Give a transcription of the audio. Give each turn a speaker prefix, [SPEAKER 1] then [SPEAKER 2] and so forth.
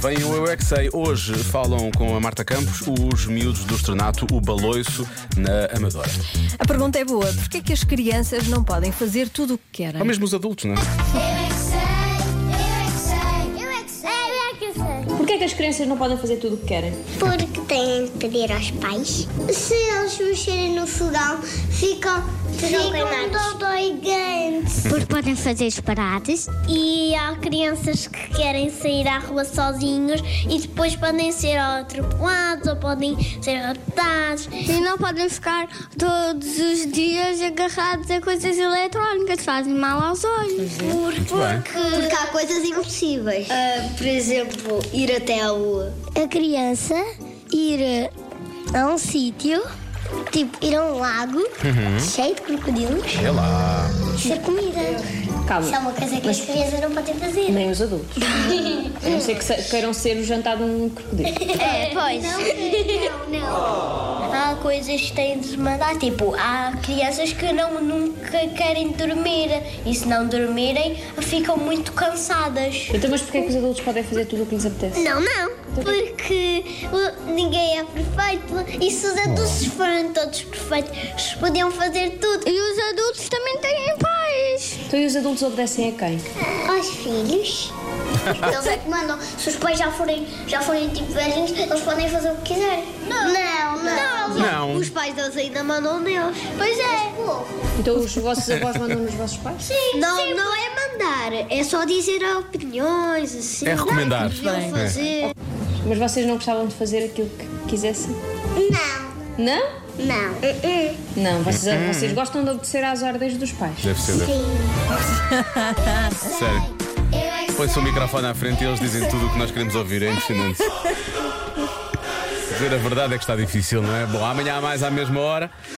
[SPEAKER 1] Vem o Eu é que Sei. Hoje falam com a Marta Campos os miúdos do Estrenato, o Baloiço, na Amadora.
[SPEAKER 2] A pergunta é boa: porquê que as crianças não podem fazer tudo o que querem?
[SPEAKER 1] Ou mesmo os adultos, não é?
[SPEAKER 3] Porquê é que as crianças não podem fazer tudo o que querem?
[SPEAKER 4] Porque têm de pedir aos pais. Se eles mexerem no fogão, ficam, ficam doigantes.
[SPEAKER 5] Porque podem fazer disparates.
[SPEAKER 4] E há crianças que querem sair à rua sozinhos e depois podem ser atropelados ou podem ser raptados.
[SPEAKER 5] E não podem ficar todos os dias agarrados a coisas eletrónicas, fazem mal aos olhos.
[SPEAKER 1] Muito bem.
[SPEAKER 4] Porque há coisas impossíveis.
[SPEAKER 5] por exemplo, ir até à lua. A criança ir a um sítio, tipo ir a um lago cheio de crocodilos,
[SPEAKER 1] É lá.
[SPEAKER 4] Ser comida.
[SPEAKER 3] Calma.
[SPEAKER 4] Isso é uma coisa que as crianças não podem fazer.
[SPEAKER 3] Nem os adultos. A não ser que se- queiram ser o jantar de um crocodilo.
[SPEAKER 4] É, pois. Não, não. Há coisas que têm de mandar. Tipo, há crianças que não, nunca querem dormir. E se não dormirem, ficam muito cansadas.
[SPEAKER 3] Então, mas porquê é que os adultos podem fazer tudo o que lhes apetece?
[SPEAKER 4] Não, não. Porque o- ninguém é perfeito. E se os adultos forem todos perfeitos, podiam fazer tudo.
[SPEAKER 5] E os adultos também têm pais.
[SPEAKER 3] Então, e os adultos obedecem a quem?
[SPEAKER 4] Aos filhos. Eles é que mandam. Se os pais já forem, já forem tipo velhinhos, eles podem fazer o que quiserem. Não, não, não.
[SPEAKER 1] Não. Os
[SPEAKER 4] pais deles ainda mandam neles. Pois é.
[SPEAKER 3] Então, os vossos avós mandam nos vossos pais?
[SPEAKER 4] Sim, não, não é mandar, é só dizer opiniões, assim.
[SPEAKER 1] É recomendar.
[SPEAKER 4] Não, fazer.
[SPEAKER 3] Mas vocês não gostavam de fazer aquilo que quisessem?
[SPEAKER 4] não.
[SPEAKER 3] Não?
[SPEAKER 4] não.
[SPEAKER 3] Não, vocês, vocês gostam de obedecer às ordens dos pais.
[SPEAKER 1] Deve ser. deve- Sério.
[SPEAKER 4] é
[SPEAKER 1] Põe-se o microfone à frente e eles dizem tudo o que nós queremos ouvir. É impressionante. Dizer a verdade é que está difícil, não é? Bom, amanhã há mais à mesma hora.